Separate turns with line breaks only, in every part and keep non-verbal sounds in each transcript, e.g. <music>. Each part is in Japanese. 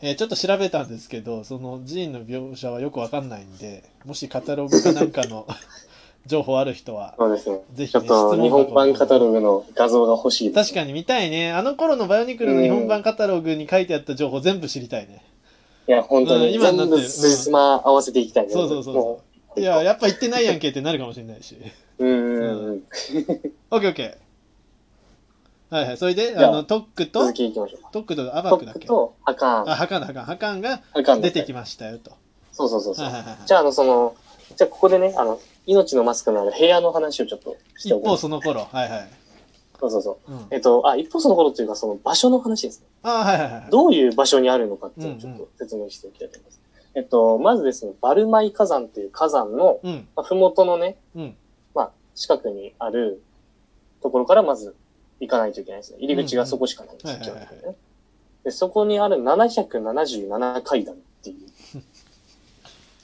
えーちょっと調べたんですけど、その寺院の描写はよくわかんないんで、もしカタログかなんかの <laughs> 情報ある人は、
そうですね。
ぜひ
ちょ
ね、
っと日本版カタ
グ。
ログの画像が欲しいです。
確かに見たいね。あの頃のバイオニクルの日本版カタログに書いてあった情報全部知りたいね。
いや、本当
うん
に
今に
全
なって
部スマ合わせていきたいね。
そうそうそう
も
そう。いや、やっぱ行ってないやんけってなるかもしれないし。 <laughs>
う。うんうんう
オ
ん。
ッケーオッケー。はいはい。それで、
じゃ
あ
あ
の、トックと
続、きいきましょう。
トックとアバ
ト
クだっ
ック
け
とハカー
あ、
ン。
ハカンだ、ハカン。ハカンが
ハカーンだ
出
った
て
よ
きましたよと。
そうそうそうそ
は
う
い。はいはいはい
じゃあ、あの、その、じゃあここでね、あの、命のマスクのある部屋の話をちょっとして
一
おこ
方
う。
その頃。はいはい。
そうそうそう。
うん、
えっと、あ、一方その頃っていうか、その場所の話ですね。
あはいはいはい。
どういう場所にあるのかっていうのをちょっと説明しておきたいと思います。えっと、まずですね、バルマイ火山という火山の、
うん。
まあ、ふもとのね、
うん。
まあ、近くにあるところからまず行かないといけないですね。入り口がそこしかないんです
うんうん
基本
はい
的
はい
にねで、そこにある777階段っていう、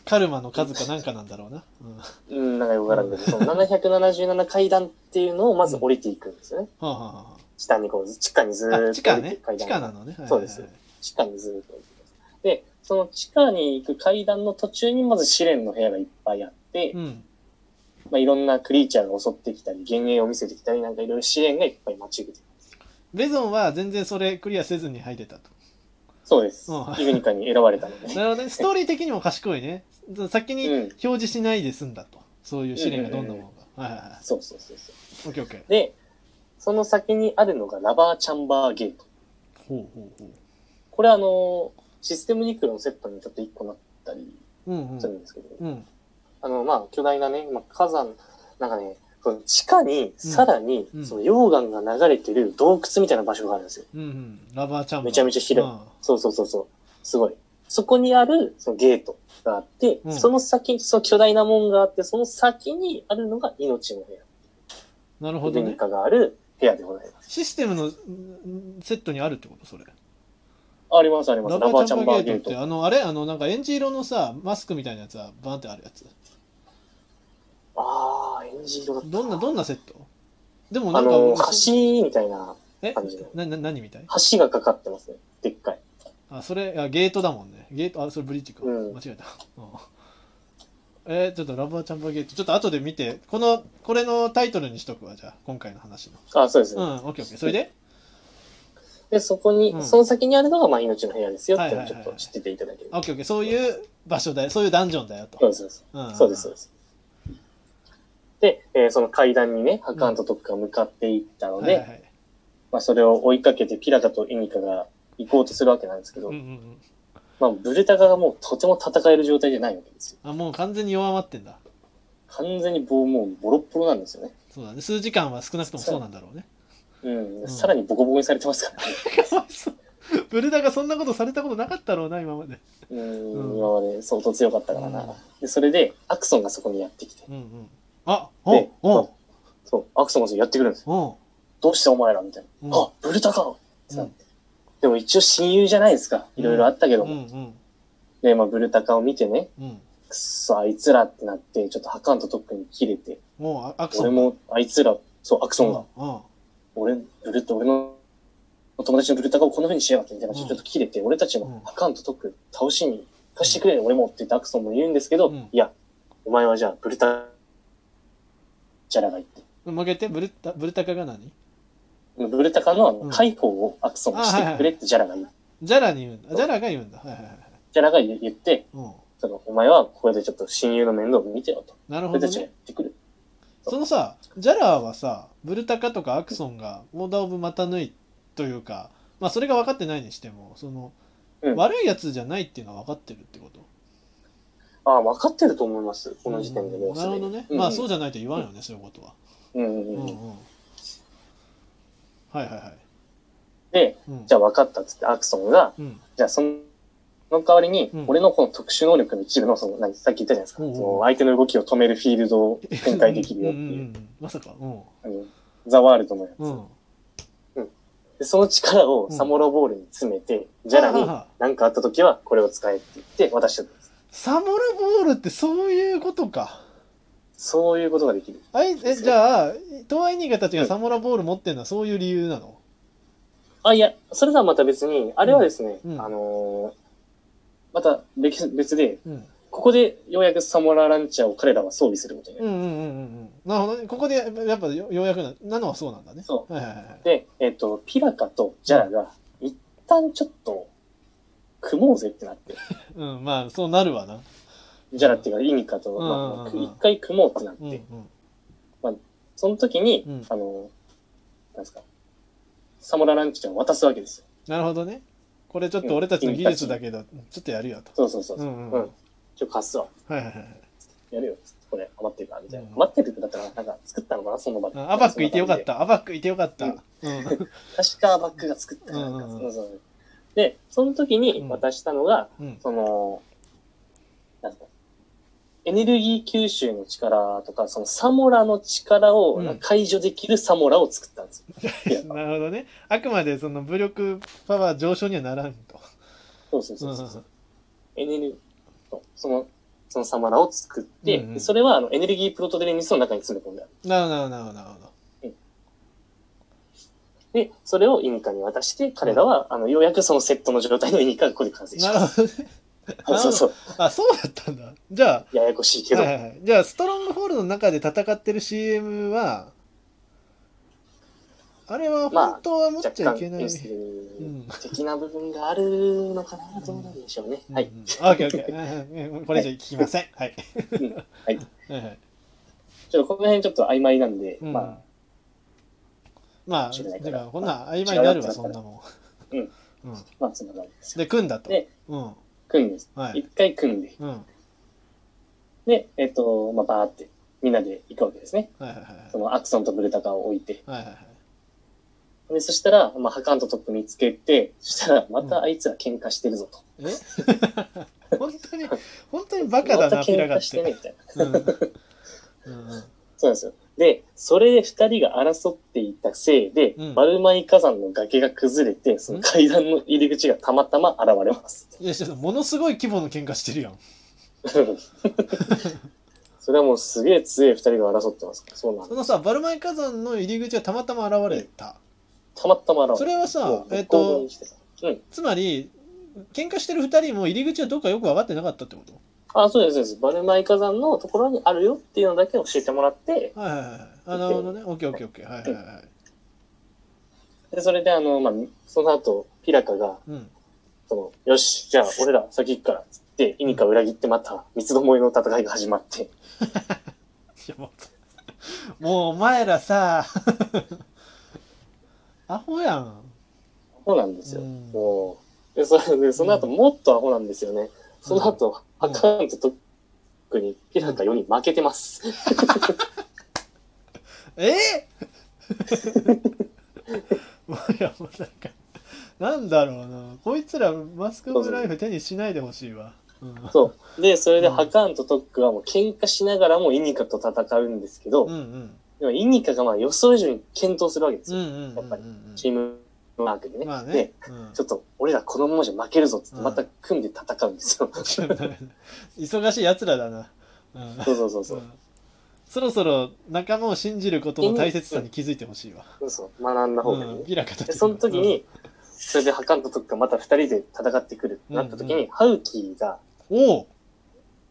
カルマの数かなんかなんだろうな。うん。は
うん、なんかよくわか
<laughs>
らんけど、その777階段っていうのをまず降りていくんですよね。
あ、はあはあ
下にこう、地下にずーっと
はあ、
降
あ、
り
地下
てい
ね
く階。
地
段
下なのね。はいはいはい
そうです地下にずーっと降りていきます。で、その地下に行く階段の途中にまず試練の部屋がいっぱいあって、
うん。
まあ、いろんなクリーチャーが襲ってきたり、幻影を見せてきたり、なんかいろいろ試練がいっぱい待ち受けてる。
ベゾンは全然それクリアせずに入れたと。
そうです
うん。
イグニカに選ばれたので、
なるほどね。ストーリー的にも賢いね。先に
うん
表示しないで済んだと。そういう試練がどんなものか。はいはいはい。
そうそうそうそ
オ
う。
ッケーオッケー。
で、その先にあるのがラバーチャンバーゲート。
ほうほうほ
これあの、システムニクロのセットにちょっと一個なったり
う。うんうん
す。るんですけど、
うん。
あの、まあ、巨大なね、まあ、火山、なんかね、その地下に、さらに
う、ん
その溶岩が流れてる洞窟みたいな場所があるんですよ。
うんうん。ラバーチャンバー。
めちゃめちゃ広い
あ
そうそうそうそう。すごい。そこにある、そのゲートがあって、
うん
その先、その巨大な門があって、その先にあるのが命の部屋。
あなるほ
オ
ど
デ
ね
ニ。カがある部屋でございます。
システムのんセットにあるってことそれ。
ありますあります。
ラ
ラ
バ
バ
ー
ー
チ
チ
ャ
ャ
ン
ン
バ
バ
ー
ー
ゲ
ゲ
ート
ー
っ
ト
て、。あの、あれあの、なんか、エンジ色のさ、マスクみたいなやつは、バーンってあるやつ。
ああ、エンジ色だった。
どんな、どんなセットでも、な
あ
んか、
の、
昔
橋みたいな
え
感じの
な、な、何みたい
橋がかかってますね。でっかい。
あ、それ、あゲートだもんね。ゲート、あ、それブリッジか。
うん
間違えた。うんえーちょっとラバーチャンバーゲート、ちょっと後で見て、この、これのタイトルにしとくわ、じゃあ、今回の話の。
あそうです
う
ね。
ん、オッケーオッケー。それで
で、そこに、
うん
その先にあるのが、まあ、命の部屋ですよっていうの
は
を
いはい
ちょ
はい
っ
はい
と知ってていただける。
あオッケーオッケー。そういう場所だよ。そういうダンジョンだよと。
そうです、そうです。
うん
<laughs> そうです、そうです。で、えーその階段にね、ハカーンとトックが向かっていったの
は
で、
いはいはい。
まあ、それを追いかけてピラタとエニカが行こうとするわけなんですけど、
うんうんうん。
まあ、ブルタカがもうとても戦える状態じゃないわけですよ。
あ、もう完全に弱まってんだ。
完全に棒もうボロッボロなんですよね。
そうだね。数時間は少なくともそうなんだろうね。
うん。
うん
さらにボコボコにされてますからね。
かわいそう <laughs> ブルダがそんなことされたことなかったろうな今まで
うん
うん、
今まで相当強かったからな。
うん
で、それで、アクソンがそこにやってきて。
うんうんあお
で
う、おう
そう、アクソンがやってくるんですよ。
おう
どうしてお前らみたい
うん
な。あ、ブルタカ
うん
でも一応親友じゃないですか。いろいろあったけ
う
ど
んう
も。
ん
で、まあ、ブルタカを見てね、
うん
くっそ、あいつらってなって、ちょっとハカンとトックに切れて、
もうアクション
俺もあいつら、そう、アクソンが、
う
俺、ブルッと俺の、友達のブルタカをこんな風にしやがってみたいな感じでちょっと切れて、俺たち
うん
もハカンとトック倒しに行かしてくれよ、俺もって言ってアクソンも言うんですけど、
うん
いや、お前はじゃあブルタ、じゃらが言って、
ん負けてブルタブルタカが何
ブルタカのあ
う
の
ん
解放をアクソンにしてくれってジャラが言う。
ジャラに言うんだジャラが言うんだはいはいはい
ジャラが言って、
うん
そのお前はここでちょっと親友の面倒を見てよと。
なるほ
俺
ど
たちがや
ね
ってくる。
そのさジャラはさブルタカとかアクソンがオーダーオブまたぬいというかまあそれが分かってないにしてもその、
うん
悪いやつじゃないっていうのは分かってるってこと
ああ、分かってると思います。この時点でもうす
な
で
る
に。
ほどね、
うん
まあそうじゃないと言わんよね、そういうことは
うんう
うんん
う。
うんんはいはいはい
で、
うん
じゃあ分かったっつってアクソンが、
うん
じゃあその、その代わりに
うん、
俺のこの特殊能力の一部の、その、何、さっき言ったじゃないですか。
うんうん
その相手の動きを止めるフィールドを展開できるよって
んん
い
ん
う、
んまさかうん
あのザワールドのやつ、
うん
で。その力を
うん
サモロボールに詰めて、ジャラ
は
に
あはあ
何かあった時はこれを使えって言って渡してたんです。
サモラボールってそういうことか
そういうことができる。
あいえじゃあトワイニガたち
う
が
ん
サモラボール持ってるのはそういう理由なの
あ、いや、それとはまた別に、あれはですね、
うんうん
あのーまた別別で、
うん
ここでようやくサモラランチャーを彼らは装備することにな
う
る。
んうんうんうんうんなるほどねここでやっぱよようやくななのはそうなんだね
そ
はいはいはい
で、えっ、と、ピラカとジャラが、一旦ちょっと、組もうぜってなって、
うんまあそうなるわな
ジャラっていうか、イニカと、
うん
まあ、
うん
一回組もうってなって、
うんうん
その時に、
うん
あの、なんですか、サモラランチャーを渡すわけですよ。
なるほどねこれちょっと俺たちの技術だけどちょっとやるよと
そうそうそう
う
そう。
んうん
う
うんん
ちょ、貸すわ。
はいはいはい
やるよ。これ、余ってるから、みたいな。
うん
余ってるってだったら、なんか作ったのかな、その場で。
あアバックいてよかっ
そんな
たアバックいてよかった
う
うんん
感じで。確かアバックが作ったから、
うんうんうん
そうそうで、その時に渡したのが、
うん
その、なんですか、エネルギー吸収の力とか、そのサモラの力を
うん
解除できるサモラを作ったんですよ。いや
<laughs> なるほどねあくまでその武力パワー上昇にはならんと
そうそう
う
そ
ん
う
う
そ
ん
う
う。ん
エネルそうその、そのサマラを作って、
うんうん
それはあのエネルギープロトデレミスの中に詰め込んである。
なるほどなるほどなるほど
で、それをイニカに渡して、彼らは、あの、ようやくそのセットの状態のイニカがここで完成し
な
ま
るほど
す。
ね
<laughs> そうそうそう。
あそうだったんだじゃあ
ややこしいけど。
はいはいはい、じゃあストロングホールドの中で戦ってる CM はあれは本当は持っ
若
ちゃ
干
いけない、
ミステリ
うん
ー的な部分があるのかなどうなんでしょうね。
うん
は
う
い
ん。あオッケーオッケーはいはいこれ以上聞きませんはい
うんはい。
はいはい
ちょっとこの辺ちょっと曖昧なんで、
うん
まあ、
まあ
知らない
て
から
かこんなん曖昧になるわそんなもん
うん、
うん、
まあ、そんな感じですよ。
で組んだと
で
うん
組んで、一、
はい
回組んで、
うんはい
で、えっ、と、まあ、バーって、みんなで行くわけですね。
はいはい
そのアクソンとブルタカを置いて。
はいはいはい
で、そしたら、まあ、ハカンとトップ見つけて、そしたら、またあいつら喧嘩してるぞと。
え <laughs> 本当に本当にバカだ
ま
な
た
ピラ
喧
が
嘩
っ
してね、
て
みたいな。
うんうんうん
そうなんですよ。で、それで二人が争っていたせいで、
うん
丸舞火山の崖が崩れて、その階段の入り口がたまたま現れます。
いやちょっとものすごい規模の喧嘩してるやん
<laughs> それはもうすげえ強い二人が争ってます。そうなん
そ
です。
のさバルマイ火山の入り口がたまたま現れた、
たまたま現れます
それはさ、えっ
行動
と
に、してたうん。
つまり、喧嘩してる2人も入り口はどっかよく分かってなかったってこと
あ、そうです、そうです。バルマイ火山のところにあるよっていうのだけ教えてもらって、
はいはいはい。あ、なるほどね。オッケーオッケーオッケー。はいはいはい。
で、それであの、まあ、その後、ピラカが、
うん。
その、よし、じゃあ俺ら先行くから、つって、意味か裏切ってまた、三つどもえの戦いが始まって、
いやもう、もうお前らさ、アホやん。
そうなんですよ。
うん
もう、で、それで、その後、もっとアホなんですよね。その後、
う
ア
ん
カウントと、特に、ピラカ4人負けてます。
え <laughs> ー、もういやもうなんか、なんだろうな。こいつらマスク・オブ・ライフ手にしないでほしいわ。うん。
そう。で、それで、
うん
ハカーンとトックはもう喧嘩しながらもイニカと戦うんですけど、
うんうん。
でもイニカがまあ予想以上に検討するわけです
うんう
よ。
んうんうんうん。
チームワークでね。
まあね
で、。
うん
ちょっと、俺らこのままじゃ負けるぞっつって、
うん
また組んで戦うんですよ。
忙しいやつらだな、うん
そうそうそうそう。
うんそろそろ仲間を信じることの大切さに気づいてほしいわ、
そうそう、学んだ方がいいね。
うん、ギラカたち
で、
も
その時に、それでハカーンとトックがまた二人で戦ってくるってなった時に、
うん
ハウキーが、
うんお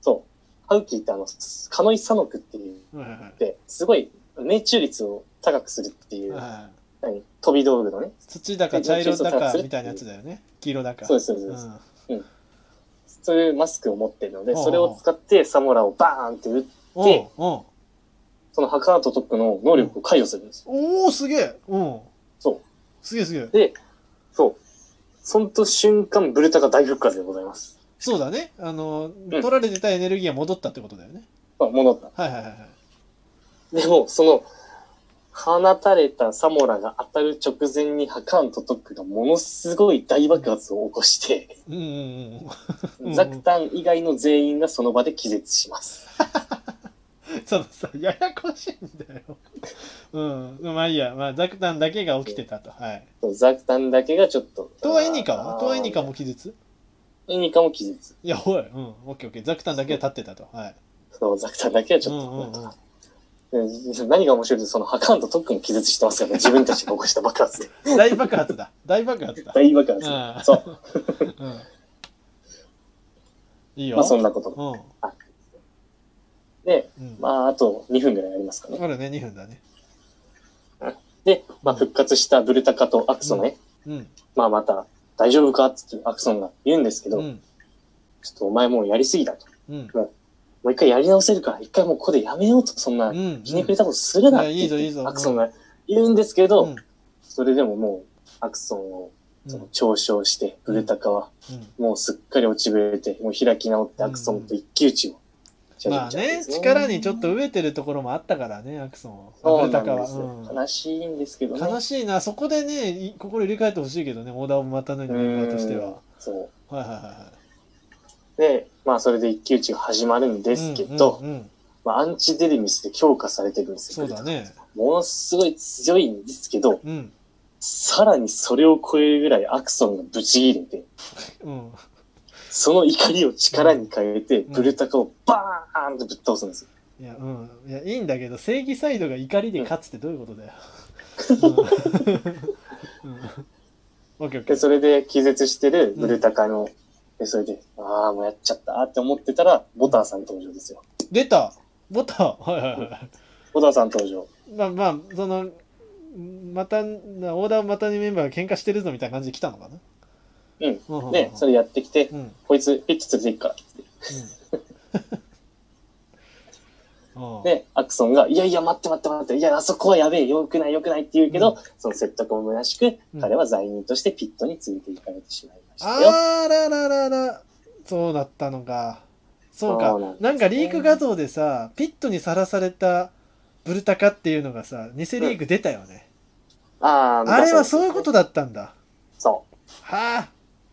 そう、ハウキーってあの、カノイサノクっていう、
おはいはいはい
で、すごい命中率を高くするっていう、
はいはい
何飛び道具のね、
土だか茶色だかみたいなやつだよね黄色だか
そうです、そうです。
うん
そういうマスクを持ってるので、
おうおう
それを使ってサモラをバーンって打って、
おうおう
そのハカートトップの能力を解除するんですよ。
おおすげえうん
そう
すげえすげえ
で、そう。その瞬間、ブルタが大復活でございます。
そうだねあの、
ん
取られてたエネルギーが戻ったってことだよね
まあ、戻った。
はいはいはいはい
でも、その、放たれたサモラが当たる直前にハカーントトップがものすごい大爆発を起こして、
うんうんうん <laughs> うん
ザクタン以外の全員がその場で気絶します。
そのさ、ややこしいんだよ。うん。まあいいや。まあ、ザクタンだけが起きてたと。はい。
ザクタンだけがちょっと。
とはエニカは
あー
とはエニカ。も気絶
エニカも気絶。
いや、おい。うん。オッケーオッケー。ザクタンだけは立ってたと。はい。
そう、ザクタンだけはちょっと、
うんうんうん
なんかで何が面白いって、そのハカーンとトックも気絶してますよね。自分たちが起こした爆発
<laughs>
で。
大爆発だ。大爆発だ。
大爆発。
う
そう。
ん。うんいいよ。
まあそんなことで。
う
で、
ん。うん。
まああと2分ぐらいありますかね。
あるね、2分だね。
で、まあ復活したブルタカとアクソンね、
うん。
まあまた大丈夫かってアクソンが言うんですけ
う
ど、
ん。
ちょっとお前もうやりすぎだと。
うん。
もう一回やり直せるから、一回もうここでやめようと、そんな
うん。
ひねくれたことするなっ
うん
て
いやいいぞい
言
い
っ
ぞ
てアクソンが言うんですけど、
うん
それでももうアクソンをその嘲笑して、
うん
ブルタカは
うん
もうすっかり落ちぶれて、もう開き直ってアクソンと一騎打ちを。
まあね、力にちょっと飢えてるところもあったからね、アクソンは。
そ
ブ
う
ル
な
タ
ん
カ
です
は
よ。
うん
悲しいんですけどね。
悲しいな、そこでね、い心入れ替えてほしいけどね、オーダーをまたないメンバーとしては。
うん
は
そ
いはいは
う。で、まあそれで一騎打ちが始まるん
い。
ですけど、
うんうんうん
まあアンチデリミスで強化されてるんです
そ
よ。
うだね。
ものすごい強いんですけど、
うん。
さらにそれを超えるぐらいアクソンがぶち切れて、
うん。
その怒りを力に変えて、
ん
ブルタカをバーンとぶっ倒すんですよ。
いや、うん。いや、いいんだけど、正義サイドが怒りで勝つってどういうこと
<laughs>
だよ。うんうんオッケーオッケ
で、
ー。
それで気絶してるブルタカの、で、それで、ああ、もうやっちゃったって思ってたら、ボターさん登場ですよ。
出たボタンはいはいはい。
ボターさん登場。
まあまあ、その、また、オーダーまたにメンバーが喧嘩してるぞみたいな感じで来たのかな。
うん
うんうんうん。
で、それやってきて、
うん。うん。
こいつ、ピッチ連れていくからって。
うん
で、アクソンが、いやいや、待って待って待って、いや、あそこはやべえ、よくないよくないって言うけど、
うん
その説得も虚しく、
うん
彼は罪人としてピットについていかれてしまいましたよ。
あらららら、そうだったのか。そうか
そうなんです。
なんかリーク画像でさ、ピットにさらされたブルタカっていうのがさ、偽リーク出たよね。
あー
あれはそういうことだったんだ。
そう。
はあ、